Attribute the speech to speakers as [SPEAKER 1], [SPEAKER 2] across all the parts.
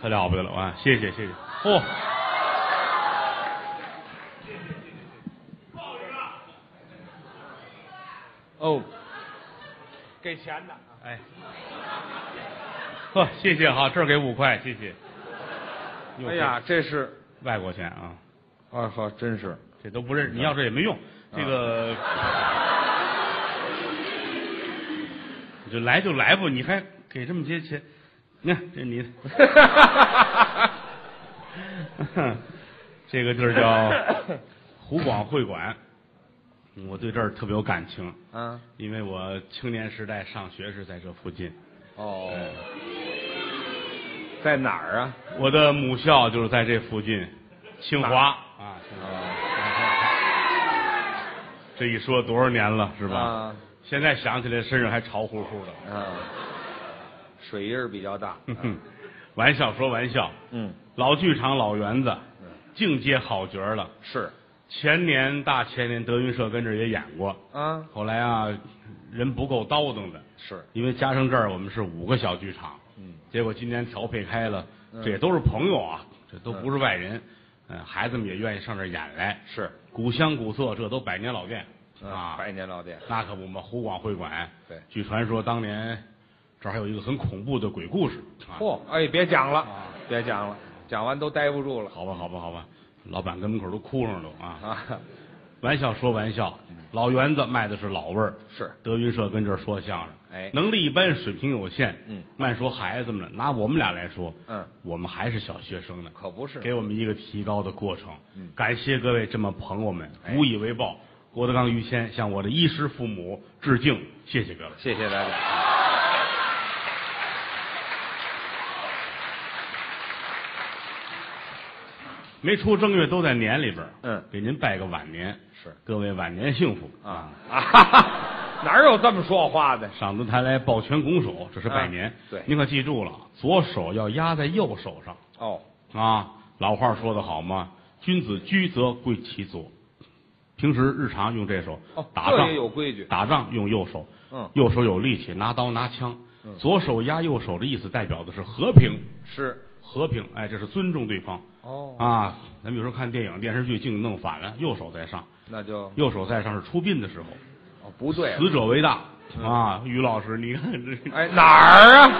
[SPEAKER 1] 可了不得了啊！谢谢谢谢，嚯、
[SPEAKER 2] 哦，给钱的，
[SPEAKER 1] 哎，呵，谢谢哈，这儿给五块，谢谢。又
[SPEAKER 2] 哎呀，这是，
[SPEAKER 1] 给外国钱啊，
[SPEAKER 2] 啊好，真是，
[SPEAKER 1] 这都不认
[SPEAKER 2] 嗯
[SPEAKER 1] 识，你要这也没用。这个，你就来就来吧，你还给这么些钱？你看，这是你的，这个地儿叫湖广会馆，我对这儿特别有感情，
[SPEAKER 2] 啊，
[SPEAKER 1] 因为我青年时代上学是在这附近。
[SPEAKER 2] 哦，在哪儿啊？
[SPEAKER 1] 我的母校就是在这附近，清华啊，清华
[SPEAKER 2] 啊
[SPEAKER 1] 这一说多少年了，是吧？
[SPEAKER 2] 啊
[SPEAKER 1] 现在想起来身上还潮乎乎的。
[SPEAKER 2] 啊，水印儿比较 大，
[SPEAKER 1] 哼哼，玩笑说玩笑，
[SPEAKER 2] 嗯，
[SPEAKER 1] 老剧场老园子，净接好角儿了。
[SPEAKER 2] 是，
[SPEAKER 1] 前年大前年德云社跟这儿也演过，
[SPEAKER 2] 啊，
[SPEAKER 1] 后来啊人不够叨腾的，
[SPEAKER 2] 是，
[SPEAKER 1] 因为加上这儿我们是五个小剧场，
[SPEAKER 2] 嗯，
[SPEAKER 1] 结果今年调配开了，
[SPEAKER 2] 嗯
[SPEAKER 1] 这也都是朋友啊，这都不是外人，嗯，孩子们也愿意上这儿演来，
[SPEAKER 2] 是，
[SPEAKER 1] 古香古色，这都百年老店
[SPEAKER 2] 嗯
[SPEAKER 1] 啊，
[SPEAKER 2] 百年老店，
[SPEAKER 1] 那可不嘛，湖广会馆，
[SPEAKER 2] 对
[SPEAKER 1] 据传说当年这儿还有一个很恐怖的鬼故事，啊，
[SPEAKER 2] 嚯、哎，别讲了，别讲了，讲完都待不住了
[SPEAKER 1] 好吧，好吧，好吧，老板跟门口都哭上了都啊，
[SPEAKER 2] 啊，嗯
[SPEAKER 1] 玩笑说玩笑，老园子卖的是老味儿，
[SPEAKER 2] 是，
[SPEAKER 1] 德云社跟这儿说相声，
[SPEAKER 2] 哎
[SPEAKER 1] 能力一般，水平有限，
[SPEAKER 2] 嗯，
[SPEAKER 1] 慢说孩子们了，拿我们俩来说，
[SPEAKER 2] 嗯，
[SPEAKER 1] 我们还是小学生呢，
[SPEAKER 2] 可不是，
[SPEAKER 1] 给我们一个提高的过程，
[SPEAKER 2] 嗯
[SPEAKER 1] 感谢各位这么捧我们，
[SPEAKER 2] 哎
[SPEAKER 1] 无以为报。郭德纲、于谦向我的衣食父母致敬，谢谢各位。
[SPEAKER 2] 谢谢大家。
[SPEAKER 1] 没出正月都在年里边儿，
[SPEAKER 2] 嗯
[SPEAKER 1] 给您拜个晚年，
[SPEAKER 2] 是
[SPEAKER 1] 各位晚年幸福
[SPEAKER 2] 啊啊哈哈， 哪有这么说话的？
[SPEAKER 1] 上得台来抱拳拱手，这是拜年。
[SPEAKER 2] 啊对
[SPEAKER 1] 您可记住了，左手要压在右手上
[SPEAKER 2] 哦，
[SPEAKER 1] 啊。老话说得好嘛，君子居则贵其左。平时日常用这手，
[SPEAKER 2] 哦
[SPEAKER 1] 打
[SPEAKER 2] 这
[SPEAKER 1] 仗
[SPEAKER 2] 也有规矩
[SPEAKER 1] 打仗用右手，
[SPEAKER 2] 嗯
[SPEAKER 1] 右手有力气，拿刀拿枪。左手压右手的意思代表的是和平，
[SPEAKER 2] 是，
[SPEAKER 1] 和平，哎，这是尊重对方
[SPEAKER 2] 哦，
[SPEAKER 1] 啊。咱们有时候看电影、电视剧，净弄反了，右手在上，
[SPEAKER 2] 那就
[SPEAKER 1] 右手在上是出殡的时候，
[SPEAKER 2] 哦不对了，
[SPEAKER 1] 死者为大啊。于老师，你看这。
[SPEAKER 2] 哎，哪儿啊？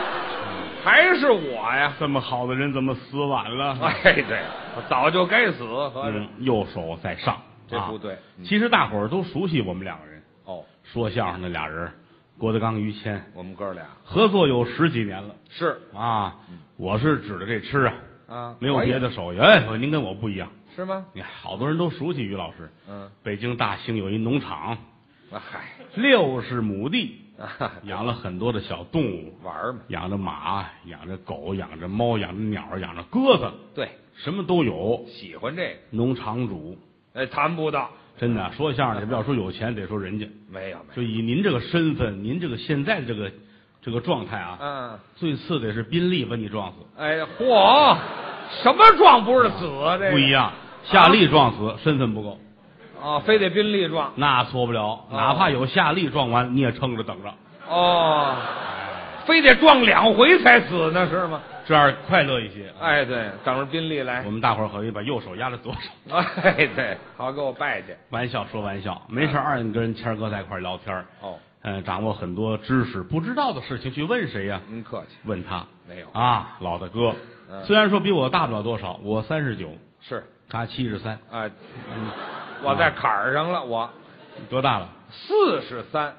[SPEAKER 2] 还是我呀？
[SPEAKER 1] 这么好的人怎么死晚了？
[SPEAKER 2] 哎，对，我早就该死，合着、
[SPEAKER 1] 嗯，右手在上，
[SPEAKER 2] 这
[SPEAKER 1] 啊
[SPEAKER 2] 不对嗯
[SPEAKER 1] 其实大伙儿都熟悉我们两个人，
[SPEAKER 2] 哦，
[SPEAKER 1] 说相声的俩人，郭德纲、于谦，
[SPEAKER 2] 我们哥俩
[SPEAKER 1] 合作有十几年了
[SPEAKER 2] 是
[SPEAKER 1] 啊。
[SPEAKER 2] 嗯
[SPEAKER 1] 我是指着这吃啊，
[SPEAKER 2] 啊，
[SPEAKER 1] 没有别的手艺。哎，您跟我不一样，
[SPEAKER 2] 哎是吗？
[SPEAKER 1] 你看好多人都熟悉于老师。
[SPEAKER 2] 嗯，
[SPEAKER 1] 北京大兴有一农场，
[SPEAKER 2] 啊嗨，
[SPEAKER 1] 六十亩地，
[SPEAKER 2] 啊
[SPEAKER 1] 养了很多的小动物，
[SPEAKER 2] 玩儿嘛，
[SPEAKER 1] 养着马，养着狗，养着猫，养着鸟，养着鸽子，
[SPEAKER 2] 对，
[SPEAKER 1] 什么都有。
[SPEAKER 2] 喜欢这个，
[SPEAKER 1] 农场主，
[SPEAKER 2] 哎，谈不到，
[SPEAKER 1] 真的说相声的，不要说有钱，得说人家。
[SPEAKER 2] 没有没有，
[SPEAKER 1] 就以您这个身份，您这个现在的这个这个状态啊，
[SPEAKER 2] 嗯，
[SPEAKER 1] 最次得是宾利把你撞死，
[SPEAKER 2] 哎，嚯，什么撞不是死啊？这个
[SPEAKER 1] 不一样。夏利撞死，身份不够，
[SPEAKER 2] 啊，非得宾利撞
[SPEAKER 1] 那错不了。哪怕有夏利撞完，你也撑着等着，
[SPEAKER 2] 哦，非得撞两回才死呢，是吗？
[SPEAKER 1] 这样快乐一些。啊
[SPEAKER 2] 哎，对，等着宾利来
[SPEAKER 1] 我，们大伙儿可以把右手压着左手，
[SPEAKER 2] 哎，对，好给我拜去。
[SPEAKER 1] 玩笑说玩笑，没事儿二你跟谦儿哥在一块儿聊天儿
[SPEAKER 2] 哦，
[SPEAKER 1] 嗯，掌握很多知识，不知道的事情去问谁呀？
[SPEAKER 2] 您客气，
[SPEAKER 1] 问他
[SPEAKER 2] 没有
[SPEAKER 1] 啊，老大哥，
[SPEAKER 2] 嗯
[SPEAKER 1] 虽然说比我大不了多少，我三十九，
[SPEAKER 2] 是
[SPEAKER 1] 他七十三，
[SPEAKER 2] 啊，我在坎儿上了，我
[SPEAKER 1] 你多大了？
[SPEAKER 2] 四十三，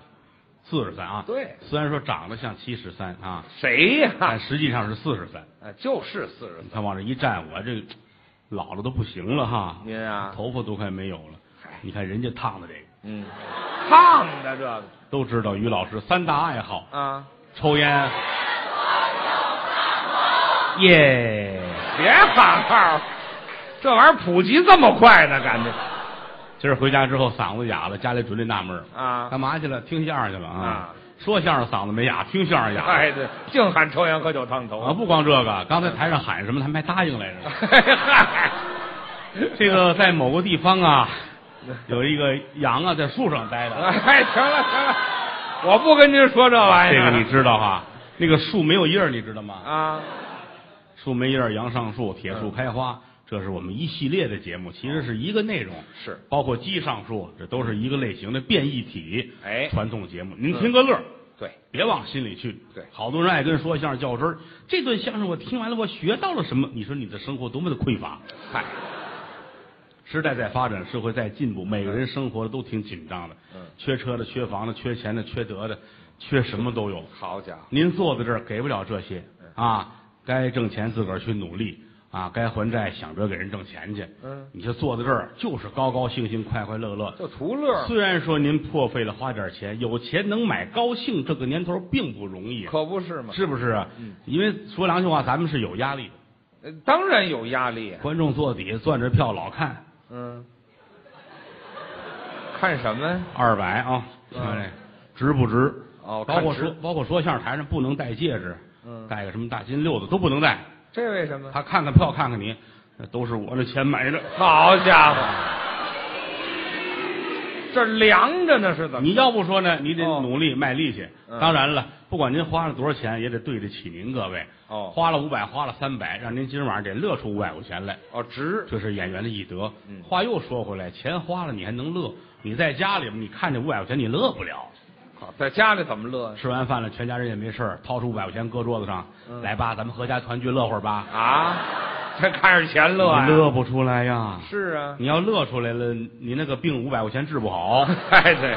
[SPEAKER 1] 四十三啊。
[SPEAKER 2] 对，
[SPEAKER 1] 虽然说长得像七十三啊，
[SPEAKER 2] 谁
[SPEAKER 1] 但
[SPEAKER 2] 呀？
[SPEAKER 1] 实际上是四十三。
[SPEAKER 2] 啊，就是四十
[SPEAKER 1] 你
[SPEAKER 2] 三。
[SPEAKER 1] 看往这一站，我这老了都不行了哈，
[SPEAKER 2] 您啊，
[SPEAKER 1] 头发都快没有了
[SPEAKER 2] 嗨。
[SPEAKER 1] 你看人家烫的这个，
[SPEAKER 2] 嗯，烫的这个
[SPEAKER 1] 都知道于老师三大爱好：
[SPEAKER 2] 啊，
[SPEAKER 1] 抽 烟，耶，
[SPEAKER 2] 别喊号，这玩意儿普及这么快呢，感觉
[SPEAKER 1] 今儿回家之后嗓子哑了，家里准得纳闷儿
[SPEAKER 2] 啊
[SPEAKER 1] 干，嘛去了？听相声去了啊
[SPEAKER 2] 啊？
[SPEAKER 1] 说相声嗓子没哑，听相声哑
[SPEAKER 2] 哎，
[SPEAKER 1] 了。
[SPEAKER 2] 对，净喊抽烟喝酒烫头
[SPEAKER 1] 啊，不光这个，刚才台上喊什么，他们还答应来着。
[SPEAKER 2] 嗨，
[SPEAKER 1] 这个在某个地方啊，有一个羊啊在树上待着，
[SPEAKER 2] 哎，行了行了，我不跟您说这玩意
[SPEAKER 1] 这
[SPEAKER 2] 儿。
[SPEAKER 1] 个你知道哈？那个树没有叶儿，你知道吗？
[SPEAKER 2] 啊，
[SPEAKER 1] 树梅叶儿杨上树，铁树
[SPEAKER 2] 嗯哦
[SPEAKER 1] 开花，这是我们一系列的节目，其实是一个内容，
[SPEAKER 2] 是
[SPEAKER 1] 包括鸡上树，这都是一个类型的变异体。
[SPEAKER 2] 哎
[SPEAKER 1] 传统节目，您
[SPEAKER 2] 嗯
[SPEAKER 1] 听个乐儿。
[SPEAKER 2] 对，
[SPEAKER 1] 别往心里去。
[SPEAKER 2] 对
[SPEAKER 1] 好多人爱跟说相声较真儿。这段相声我听完了，我学到了什么？你说你的生活多么的匮乏！
[SPEAKER 2] 嗨，
[SPEAKER 1] 时代在发展，社会在进步，每个人生活的都挺紧张的。
[SPEAKER 2] 嗯
[SPEAKER 1] 缺车的、缺房的、缺钱的、缺德的，缺什么都有。
[SPEAKER 2] 好家伙，
[SPEAKER 1] 您坐在这儿给不了这些
[SPEAKER 2] 嗯
[SPEAKER 1] 啊，该挣钱自个儿去努力啊，该还债想着给人挣钱去。
[SPEAKER 2] 嗯，
[SPEAKER 1] 你就坐在这儿，就是高高兴兴、快快乐乐。
[SPEAKER 2] 就图乐儿，
[SPEAKER 1] 虽然说您破费了花点钱，有钱能买高兴，这个年头并不容易啊。
[SPEAKER 2] 可不是吗？
[SPEAKER 1] 是不是啊？
[SPEAKER 2] 嗯
[SPEAKER 1] 因为说良心话，咱们是有压力的。
[SPEAKER 2] 呃当然有压力啊。
[SPEAKER 1] 观众坐底下攥着票老看
[SPEAKER 2] 嗯，看什么呀？
[SPEAKER 1] 二百啊，
[SPEAKER 2] 嗯
[SPEAKER 1] 看这值不值？
[SPEAKER 2] 哦，
[SPEAKER 1] 包括
[SPEAKER 2] 看直
[SPEAKER 1] 说包括说相声台上不能戴戒指，
[SPEAKER 2] 嗯
[SPEAKER 1] 戴个什么大金溜子都不能戴。
[SPEAKER 2] 这为什么？
[SPEAKER 1] 他看看票，看看你，那都是我的钱买的。
[SPEAKER 2] 好家伙，这凉着呢是怎么？
[SPEAKER 1] 你要不说呢，你得
[SPEAKER 2] 哦
[SPEAKER 1] 努力卖力气。
[SPEAKER 2] 嗯
[SPEAKER 1] 当然了，不管您花了多少钱，也得对得起您各位。
[SPEAKER 2] 哦
[SPEAKER 1] 花了五百，花了三百，让您今儿晚上得乐出五百块钱来。
[SPEAKER 2] 哦直
[SPEAKER 1] 这是演员的艺德
[SPEAKER 2] 嗯。
[SPEAKER 1] 话又说回来，钱花了你还能乐？你在家里边，你看这五百块钱你乐不了。
[SPEAKER 2] 好，在家里怎么乐呀？
[SPEAKER 1] 吃完饭了，全家人也没事儿掏出五百块钱搁桌子上，
[SPEAKER 2] 嗯
[SPEAKER 1] 来吧，咱们合家团聚乐会儿吧。
[SPEAKER 2] 啊， 这看着钱乐啊呀？
[SPEAKER 1] 你乐不出来呀！
[SPEAKER 2] 是啊，
[SPEAKER 1] 你要乐出来了，你那个病五百块钱治不好，
[SPEAKER 2] 哎对，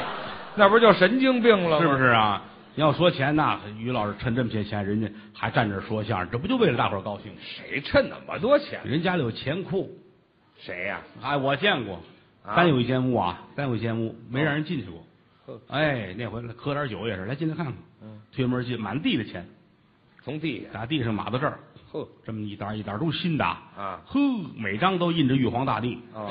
[SPEAKER 2] 那不就神经病了吗？
[SPEAKER 1] 是不是？啊？你要说钱呐，于老师趁这么些钱，人家还站这儿说相声，这不就为了大伙儿高兴？
[SPEAKER 2] 谁趁那么多钱？
[SPEAKER 1] 人家里有钱库，
[SPEAKER 2] 谁呀、
[SPEAKER 1] 哎，我见过，
[SPEAKER 2] 啊
[SPEAKER 1] 单有一间屋啊，单有一间屋，没让人进去过。
[SPEAKER 2] 呵
[SPEAKER 1] 哎，那回来喝点酒也是，来进来看看。
[SPEAKER 2] 嗯，
[SPEAKER 1] 推门进，满地的钱，
[SPEAKER 2] 从地下，
[SPEAKER 1] 打地上码到这儿，
[SPEAKER 2] 呵
[SPEAKER 1] 这么一沓一沓都是新的啊，
[SPEAKER 2] 啊，
[SPEAKER 1] 呵，每张都印着玉皇大帝，
[SPEAKER 2] 哦，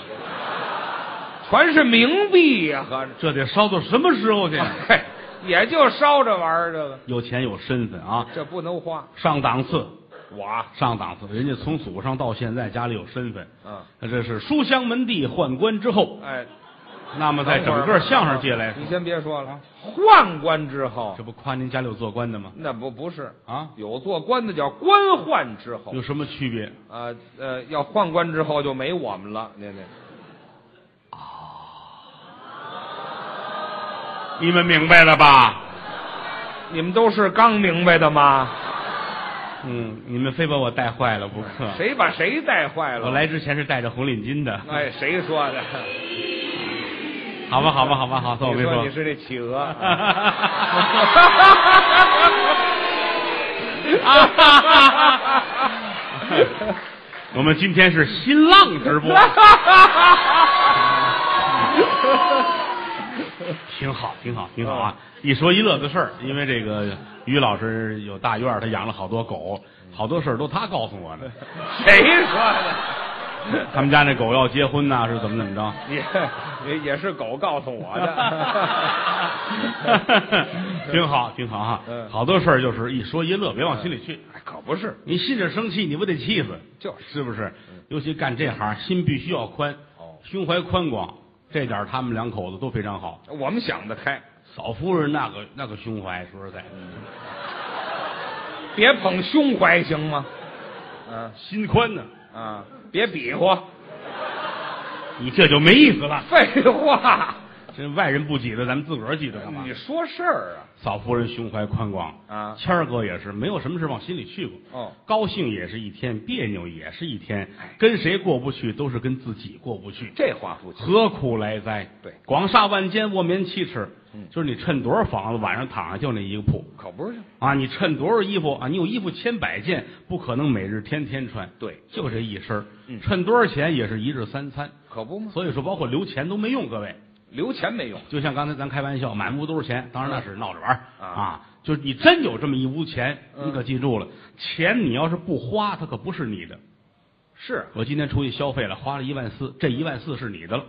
[SPEAKER 2] 全是冥币呀、合着。
[SPEAKER 1] 这得烧到什么时候去？啊
[SPEAKER 2] 嘿，也就烧这玩意儿，这个
[SPEAKER 1] 有钱有身份啊，
[SPEAKER 2] 这不能花。
[SPEAKER 1] 上档次，
[SPEAKER 2] 我，啊
[SPEAKER 1] 上档次。人家从祖上到现在家里有身份，
[SPEAKER 2] 嗯，
[SPEAKER 1] 这是书香门第宦官之后，
[SPEAKER 2] 哎，
[SPEAKER 1] 那么在整个相声界来
[SPEAKER 2] 你
[SPEAKER 1] 说，
[SPEAKER 2] 先别说了，宦官之后
[SPEAKER 1] 这，不夸您家里有做官的吗？
[SPEAKER 2] 那不不是
[SPEAKER 1] 啊，
[SPEAKER 2] 有做官的叫官宦之后
[SPEAKER 1] 有，什么区别？
[SPEAKER 2] 啊呃，要宦官之后就没我们了，那那
[SPEAKER 1] 你们明白了吧？
[SPEAKER 2] 你们都是刚明白的吗？
[SPEAKER 1] 嗯，你们非把我带坏了不可。
[SPEAKER 2] 谁把谁带坏了？
[SPEAKER 1] 我，来之前是戴着红领巾的，
[SPEAKER 2] 哎，谁说的？
[SPEAKER 1] 好吧，好吧，好吧，好，算我
[SPEAKER 2] 你
[SPEAKER 1] 没
[SPEAKER 2] 说你是这企 鹅。
[SPEAKER 1] 我们今天是新浪直 播，挺好，挺好，挺好啊！一说一乐的事儿，因为这个于老师有大院儿，他养了好多狗，好多事儿都他告诉我的。
[SPEAKER 2] 谁说的？
[SPEAKER 1] 他们家那狗要结婚呐、是怎么怎么着？。
[SPEAKER 2] 也也也是狗告诉我的
[SPEAKER 1] 挺好，挺好哈、
[SPEAKER 2] 嗯
[SPEAKER 1] 好多事儿就是一说一乐，别往心里去。
[SPEAKER 2] 哎，可不是，
[SPEAKER 1] 你信着生气，你不得气死？
[SPEAKER 2] 就是嗯
[SPEAKER 1] 是不是？尤其干这行，心必须要宽，
[SPEAKER 2] 哦，
[SPEAKER 1] 胸怀宽广，这点儿他们两口子都非常好。
[SPEAKER 2] 我们想得开，
[SPEAKER 1] 嫂夫人那个那个胸怀，说实在，嗯
[SPEAKER 2] 别捧胸怀行吗？嗯
[SPEAKER 1] 心宽呢，
[SPEAKER 2] 啊，别比划，
[SPEAKER 1] 你这就没意思了。
[SPEAKER 2] 废话，
[SPEAKER 1] 这外人不记得，咱们自个儿记得干嘛
[SPEAKER 2] 你？说事儿
[SPEAKER 1] 嗯
[SPEAKER 2] 啊
[SPEAKER 1] 嫂夫人胸怀宽广，
[SPEAKER 2] 啊
[SPEAKER 1] 谦儿哥也是，没有什么事往心里去过。
[SPEAKER 2] 哦，
[SPEAKER 1] 高兴也是一天，别扭也是一天
[SPEAKER 2] 哎，
[SPEAKER 1] 跟谁过不去都是跟自己过不去，
[SPEAKER 2] 这话不轻。
[SPEAKER 1] 何苦来哉？
[SPEAKER 2] 对
[SPEAKER 1] 广厦万间，卧眠七尺，
[SPEAKER 2] 嗯
[SPEAKER 1] 就是你趁多少房子，晚上躺下就那一个铺
[SPEAKER 2] 可不是，
[SPEAKER 1] 啊，你趁多少衣服啊，你有衣服千百件，不可能每日天天穿，
[SPEAKER 2] 对，
[SPEAKER 1] 就这一身儿
[SPEAKER 2] 嗯
[SPEAKER 1] 趁多少钱也是一日三餐，
[SPEAKER 2] 可不吗？
[SPEAKER 1] 所以说包括留钱都没用，各位，
[SPEAKER 2] 留钱没用，
[SPEAKER 1] 就像刚才咱开玩笑，满屋都是钱，当然那是闹着玩儿、
[SPEAKER 2] 啊
[SPEAKER 1] 啊。就是你真有这么一屋钱，
[SPEAKER 2] 嗯
[SPEAKER 1] 你可记住了，钱你要是不花，它可不是你的。
[SPEAKER 2] 是
[SPEAKER 1] 我今天出去消费了，花了一万四，这一万四是你的了，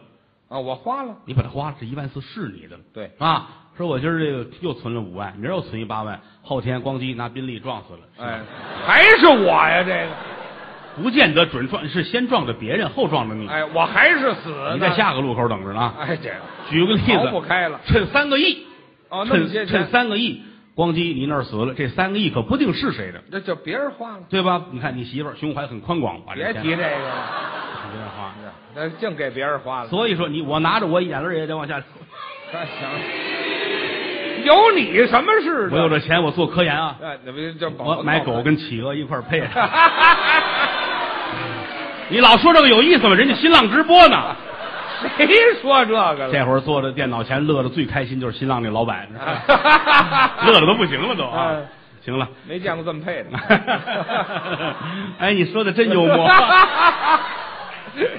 [SPEAKER 2] 啊，我花了，
[SPEAKER 1] 你把它花了，这一万四是你的了。
[SPEAKER 2] 对，
[SPEAKER 1] 啊，说我今儿这个又存了五万，明儿又存一八万，后天咣叽拿宾利撞死了，
[SPEAKER 2] 哎，还是我呀，这个，
[SPEAKER 1] 不见得准撞，是先撞的别人，后撞的你。
[SPEAKER 2] 哎，我还是死呢。
[SPEAKER 1] 嗯你在，下个路口等着呢啊。
[SPEAKER 2] 哎，这个
[SPEAKER 1] 举个例
[SPEAKER 2] 逃不
[SPEAKER 1] 子，
[SPEAKER 2] 开了。
[SPEAKER 1] 趁三个亿，
[SPEAKER 2] 哦，那么
[SPEAKER 1] 趁
[SPEAKER 2] 些
[SPEAKER 1] 趁
[SPEAKER 2] 钱，
[SPEAKER 1] 三个亿，咣叽你那儿死了，这三个亿可不定是谁的，
[SPEAKER 2] 这就别人花了，
[SPEAKER 1] 对吧？你看你媳妇儿胸怀很宽广，把这
[SPEAKER 2] 别
[SPEAKER 1] 钱
[SPEAKER 2] 提这个了，
[SPEAKER 1] 别花。
[SPEAKER 2] 那净给别人花了。
[SPEAKER 1] 所以说你我拿着我眼泪也得往下流，
[SPEAKER 2] 哎行，有你什么事？啊
[SPEAKER 1] 我有这钱我做科研啊，
[SPEAKER 2] 哎，那不就保
[SPEAKER 1] 我买 狗。跟企鹅一块儿配。
[SPEAKER 2] 谁
[SPEAKER 1] 你老说这个有意思吗？人家新浪直播呢。
[SPEAKER 2] 说这个了？
[SPEAKER 1] 这会儿坐在电脑前乐的最开心就是新浪那老 板，是吧乐
[SPEAKER 2] 乐
[SPEAKER 1] 的都不行了都啊
[SPEAKER 2] 嗯！
[SPEAKER 1] 行了，
[SPEAKER 2] 没见过这么配的。
[SPEAKER 1] 哎，你说的真幽默，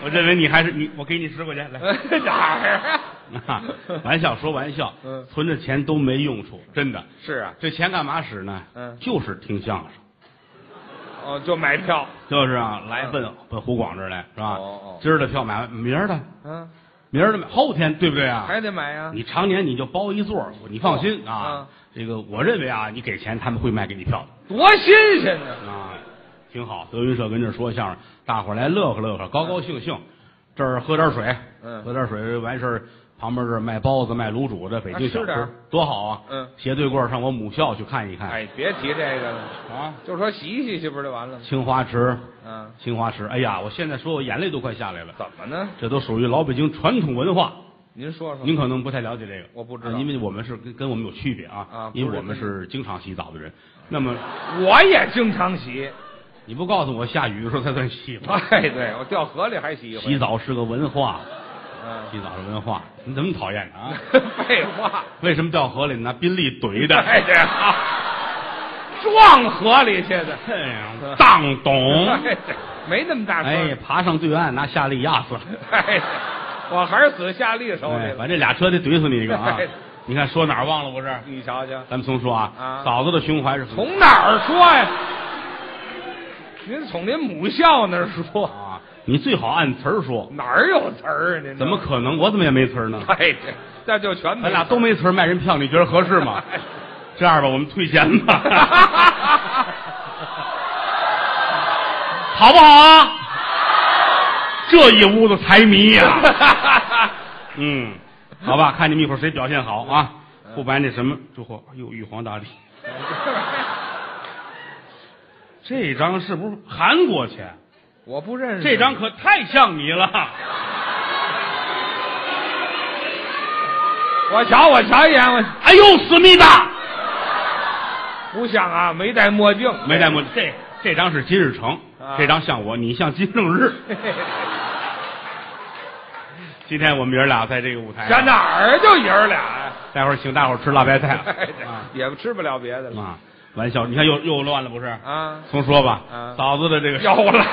[SPEAKER 1] 我认为你还是你，我给你十块钱来。
[SPEAKER 2] 哪儿
[SPEAKER 1] 啊玩笑说玩笑
[SPEAKER 2] 嗯，
[SPEAKER 1] 存着钱都没用处，真的。
[SPEAKER 2] 是啊，
[SPEAKER 1] 这钱干嘛使呢？
[SPEAKER 2] 嗯
[SPEAKER 1] 就是听相声，
[SPEAKER 2] 哦，就买票。
[SPEAKER 1] 就是啊，来奔奔湖广这儿来，是吧
[SPEAKER 2] 哦哦？
[SPEAKER 1] 今儿的票买完，明儿的，
[SPEAKER 2] 嗯，
[SPEAKER 1] 明儿的买，后天对不对啊？
[SPEAKER 2] 还得买呀。
[SPEAKER 1] 你常年你就包一座，你放心啊
[SPEAKER 2] 啊。
[SPEAKER 1] 这个我认为啊，你给钱他们会卖给你票
[SPEAKER 2] 多新鲜呢！
[SPEAKER 1] 的啊，挺好。德云社跟这儿说相声，大伙儿来乐呵乐呵，高高兴兴。这儿喝点水，
[SPEAKER 2] 嗯
[SPEAKER 1] 喝点水完事儿，旁边这儿卖包子、卖卤煮的，北京
[SPEAKER 2] 啊吃
[SPEAKER 1] 小
[SPEAKER 2] 点
[SPEAKER 1] 吃
[SPEAKER 2] 儿
[SPEAKER 1] 多好啊！
[SPEAKER 2] 嗯
[SPEAKER 1] 斜对过儿上我母校去看一看
[SPEAKER 2] 哎，别提这个了，
[SPEAKER 1] 啊，
[SPEAKER 2] 就说洗洗去不就完了吗？
[SPEAKER 1] 清华池，
[SPEAKER 2] 嗯，
[SPEAKER 1] 清华池。哎呀，我现在说我眼泪都快下来了，
[SPEAKER 2] 怎么呢？
[SPEAKER 1] 这都属于老北京传统文化。
[SPEAKER 2] 您说说。
[SPEAKER 1] 您可能不太了解这个，
[SPEAKER 2] 嗯我不知道
[SPEAKER 1] 啊因为我们是跟跟我们有区别啊，
[SPEAKER 2] 啊不是嗯
[SPEAKER 1] 因为我们是经常洗澡的人。那么
[SPEAKER 2] 我也经常洗。
[SPEAKER 1] 你不告诉我下雨的时候才算洗 吗？
[SPEAKER 2] 哎，对，我掉河里还洗一回。
[SPEAKER 1] 洗澡是个文化，
[SPEAKER 2] 嗯，
[SPEAKER 1] 洗澡是文化，你怎么讨厌啊？
[SPEAKER 2] 废话。
[SPEAKER 1] 为什么掉河里拿宾利怼的？
[SPEAKER 2] 哎这 啊，撞河里去的。
[SPEAKER 1] 哎呀，当懂！
[SPEAKER 2] 哎，这没那么大声。
[SPEAKER 1] 嗯哎，爬上对岸拿下力压死了。
[SPEAKER 2] 哎，我还是死下利手里
[SPEAKER 1] 哎，
[SPEAKER 2] 了。
[SPEAKER 1] 反正俩车得怼死你一个啊
[SPEAKER 2] 哎！
[SPEAKER 1] 你看说哪儿忘了不是？
[SPEAKER 2] 你瞧瞧，
[SPEAKER 1] 咱们从说啊
[SPEAKER 2] 啊，
[SPEAKER 1] 嫂子的胸怀是很
[SPEAKER 2] 从哪儿说呀？您从您母校那儿说，
[SPEAKER 1] 啊，你最好按词儿说，
[SPEAKER 2] 哪儿有词儿啊？您
[SPEAKER 1] 怎么？可能？我怎么也没词儿 呢？
[SPEAKER 2] 哎，这这就全没。
[SPEAKER 1] 咱俩都没词儿卖人票，你觉得合适吗？这样吧，我们退钱吧，好不好啊？这一屋子财迷呀、嗯，好吧，看你们一会儿谁表现好啊？不把那什么，这货，哎呦，玉皇大帝，这张是不是韩国钱？
[SPEAKER 2] 我不认识
[SPEAKER 1] 这张可太像你了。
[SPEAKER 2] 我瞧我瞧一眼，我
[SPEAKER 1] 哎呦，思密达，
[SPEAKER 2] 不像啊，没戴墨镜，
[SPEAKER 1] 没戴墨镜，这这张是金日成，
[SPEAKER 2] 啊
[SPEAKER 1] 这张像我，你像金正 日。
[SPEAKER 2] 嘿嘿嘿
[SPEAKER 1] 今天我们爷儿俩在这个舞台上，
[SPEAKER 2] 这哪儿啊就爷儿俩？
[SPEAKER 1] 待会儿请大伙儿吃辣白菜
[SPEAKER 2] 哎这
[SPEAKER 1] 啊
[SPEAKER 2] 也吃不了别的了
[SPEAKER 1] 啊！玩笑，你看又又乱了不是？
[SPEAKER 2] 啊！
[SPEAKER 1] 重说吧，
[SPEAKER 2] 啊
[SPEAKER 1] 嫂子的这个
[SPEAKER 2] 又来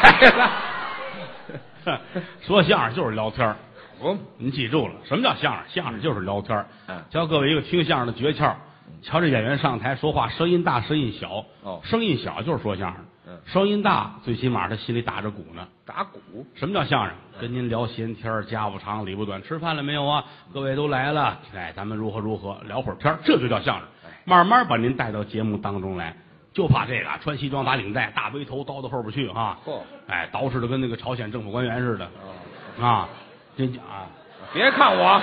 [SPEAKER 2] 了，
[SPEAKER 1] 说相声就是聊天儿
[SPEAKER 2] 不，
[SPEAKER 1] 您记住了，什么叫相声？相声就是聊天儿
[SPEAKER 2] 嗯
[SPEAKER 1] 教各位一个听相声的诀窍。瞧这演员上台说话，声音大，声音小。
[SPEAKER 2] 哦
[SPEAKER 1] 声音小就是说相声。
[SPEAKER 2] 嗯
[SPEAKER 1] 声音大，最起码他心里打着鼓呢。
[SPEAKER 2] 打鼓
[SPEAKER 1] 什么叫相声？跟您聊闲天儿家不长，理不短。吃饭了没有啊？各位都来了，哎，咱们如何如何聊会儿天儿这就叫相声
[SPEAKER 2] 哎。
[SPEAKER 1] 慢慢把您带到节目当中来，就怕这个啊穿西装打领带，大背头叨到后边去啊
[SPEAKER 2] 嚯！
[SPEAKER 1] 哎，捯饬的跟那个朝鲜政府官员似的
[SPEAKER 2] 哦
[SPEAKER 1] 啊，这啊，
[SPEAKER 2] 别看我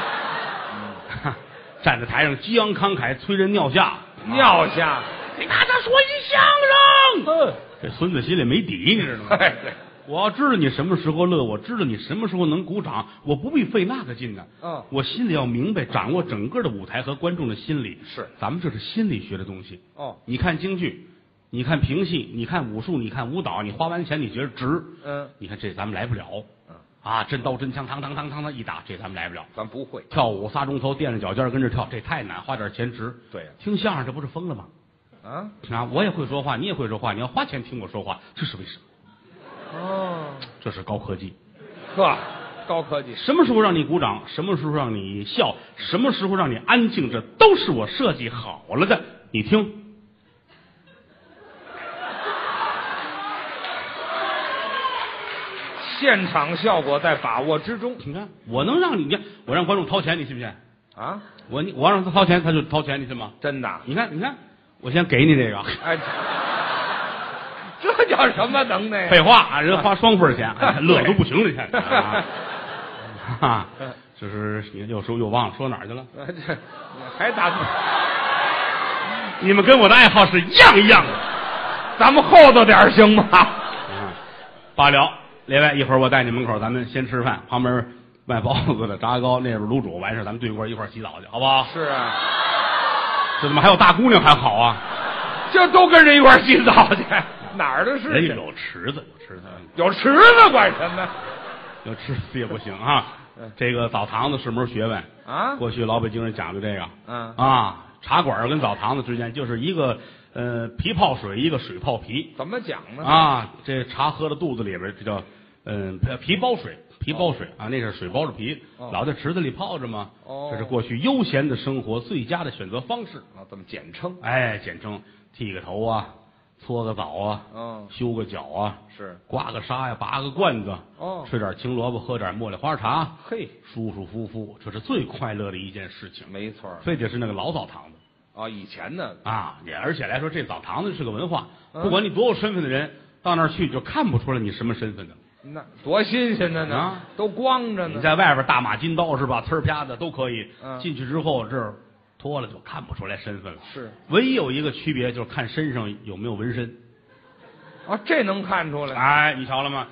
[SPEAKER 1] 站在台上激昂慷慨，催人尿下。
[SPEAKER 2] 尿下，嗯
[SPEAKER 1] 给大家说一相声，
[SPEAKER 2] 哼，
[SPEAKER 1] 这孙子心里没底，你知道吗？
[SPEAKER 2] 哎，对，
[SPEAKER 1] 我要知道你什么时候乐，我知道你什么时候能鼓掌，我不必费那个劲呢。
[SPEAKER 2] 嗯
[SPEAKER 1] 我心里要明白，掌握整个的舞台和观众的心理。
[SPEAKER 2] 是
[SPEAKER 1] 咱们这是心理学的东西。
[SPEAKER 2] 哦，
[SPEAKER 1] 你看京剧，你看评戏，你看武术，你看舞蹈，你花完钱你觉得值。
[SPEAKER 2] 嗯
[SPEAKER 1] 你看这咱们来不了。
[SPEAKER 2] 嗯
[SPEAKER 1] 啊，真刀真枪，当当当当当一打，这咱们来不了。
[SPEAKER 2] 咱不会，
[SPEAKER 1] 跳舞仨钟头，垫着脚尖儿跟着跳，这太难，花点钱值。
[SPEAKER 2] 对呀
[SPEAKER 1] 听相声这不是疯了吗？
[SPEAKER 2] 啊，
[SPEAKER 1] 啊，我也会说话，你也会说话，你要花钱听我说话，这是为什么？
[SPEAKER 2] 哦，
[SPEAKER 1] 这是高科技。
[SPEAKER 2] 呵，高科技，
[SPEAKER 1] 什么时候让你鼓掌，什么时候让你笑，什么时候让你安静，这都是我设计好了的。你听，
[SPEAKER 2] 现场效果在把握之中
[SPEAKER 1] 你看，我能让你，你看，我让观众掏钱，你信不信？
[SPEAKER 2] 啊，
[SPEAKER 1] 我你我让他掏钱，他就掏钱，你信吗？
[SPEAKER 2] 真的，啊
[SPEAKER 1] 你看，你看，我先给你这个，
[SPEAKER 2] 哎，这叫什么能耐
[SPEAKER 1] 废
[SPEAKER 2] 呀？
[SPEAKER 1] 话啊，人花双份钱，哎呀乐的都不行了，现在啊啊
[SPEAKER 2] 嗯，啊
[SPEAKER 1] 这是你看又说又忘了说哪儿去了。
[SPEAKER 2] 这还打
[SPEAKER 1] 你们跟我的爱好是一样一样的。
[SPEAKER 2] 咱们厚道点儿行吗？
[SPEAKER 1] 嗯， 罢了，列位，一会儿我带你门口，咱们先吃饭，旁边卖包子的、炸糕，那边卤煮，完事儿咱们对锅一块儿洗澡去，好不好？
[SPEAKER 2] 是啊，
[SPEAKER 1] 这怎么还有大姑娘还好啊？
[SPEAKER 2] 就都跟人一块儿 洗澡去，哪儿的事
[SPEAKER 1] 人家
[SPEAKER 2] 情？
[SPEAKER 1] 有池子，有池子，
[SPEAKER 2] 有池子管什么？
[SPEAKER 1] 有池子也不行 啊
[SPEAKER 2] 嗯。
[SPEAKER 1] 这个澡堂子是门学问，
[SPEAKER 2] 啊，
[SPEAKER 1] 过去老北京人讲究这个。
[SPEAKER 2] 嗯，
[SPEAKER 1] 啊，茶馆儿跟澡堂子之间就是一个呃皮泡水，一个水泡皮
[SPEAKER 2] 怎么讲呢？
[SPEAKER 1] 啊。这茶喝到肚子里边儿，这叫嗯、呃皮包水，皮包水、啊，那是水包着皮，
[SPEAKER 2] 哦
[SPEAKER 1] 老在池子里泡着嘛。
[SPEAKER 2] 哦
[SPEAKER 1] 这是过去悠闲的生活最佳的选择方式。
[SPEAKER 2] 啊，怎么简称？
[SPEAKER 1] 哎，简称剃个头啊，搓个澡啊，
[SPEAKER 2] 嗯，
[SPEAKER 1] 修个脚啊，
[SPEAKER 2] 是
[SPEAKER 1] 刮个痧呀，拔个罐子，
[SPEAKER 2] 哦，
[SPEAKER 1] 吃点青萝卜，喝点茉莉花茶，
[SPEAKER 2] 嘿，
[SPEAKER 1] 舒舒服服，这是最快乐的一件事情。
[SPEAKER 2] 没错儿
[SPEAKER 1] 非得是那个老澡堂子。
[SPEAKER 2] 啊，以前呢，
[SPEAKER 1] 啊，也而且来说，这澡堂子是个文化，
[SPEAKER 2] 嗯
[SPEAKER 1] 不管你多有身份的人，到那儿去就看不出来你什么身份的。
[SPEAKER 2] 那多新鲜的呢
[SPEAKER 1] 啊，
[SPEAKER 2] 都光着
[SPEAKER 1] 你
[SPEAKER 2] 呢。
[SPEAKER 1] 在外边大马金刀是吧，呲儿啪的都可以
[SPEAKER 2] 嗯，
[SPEAKER 1] 进去之后这儿脱了就看不出来身份了。
[SPEAKER 2] 是
[SPEAKER 1] 唯一有一个区别就是看身上有没有纹身。
[SPEAKER 2] 啊，这能看出来？
[SPEAKER 1] 哎，你瞧了吗？